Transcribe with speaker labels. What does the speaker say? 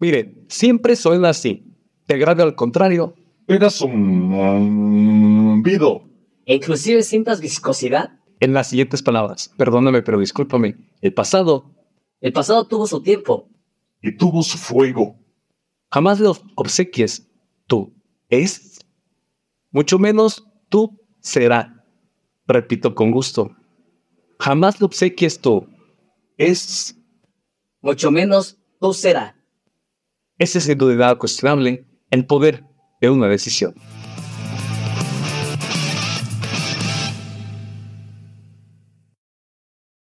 Speaker 1: Mire, siempre suena así. Te grave al contrario.
Speaker 2: Eras un vido.
Speaker 3: Inclusive sientas viscosidad.
Speaker 1: En las siguientes palabras, perdóname, pero discúlpame. El pasado
Speaker 3: El pasado tuvo su tiempo.
Speaker 2: y tuvo su fuego.
Speaker 1: jamás los obsequies tú es, mucho menos tú será. Repito con gusto. Jamás le obsequies tú es.
Speaker 3: Mucho menos tú será.
Speaker 1: Ese es sin duda cuestionable el poder de una decisión.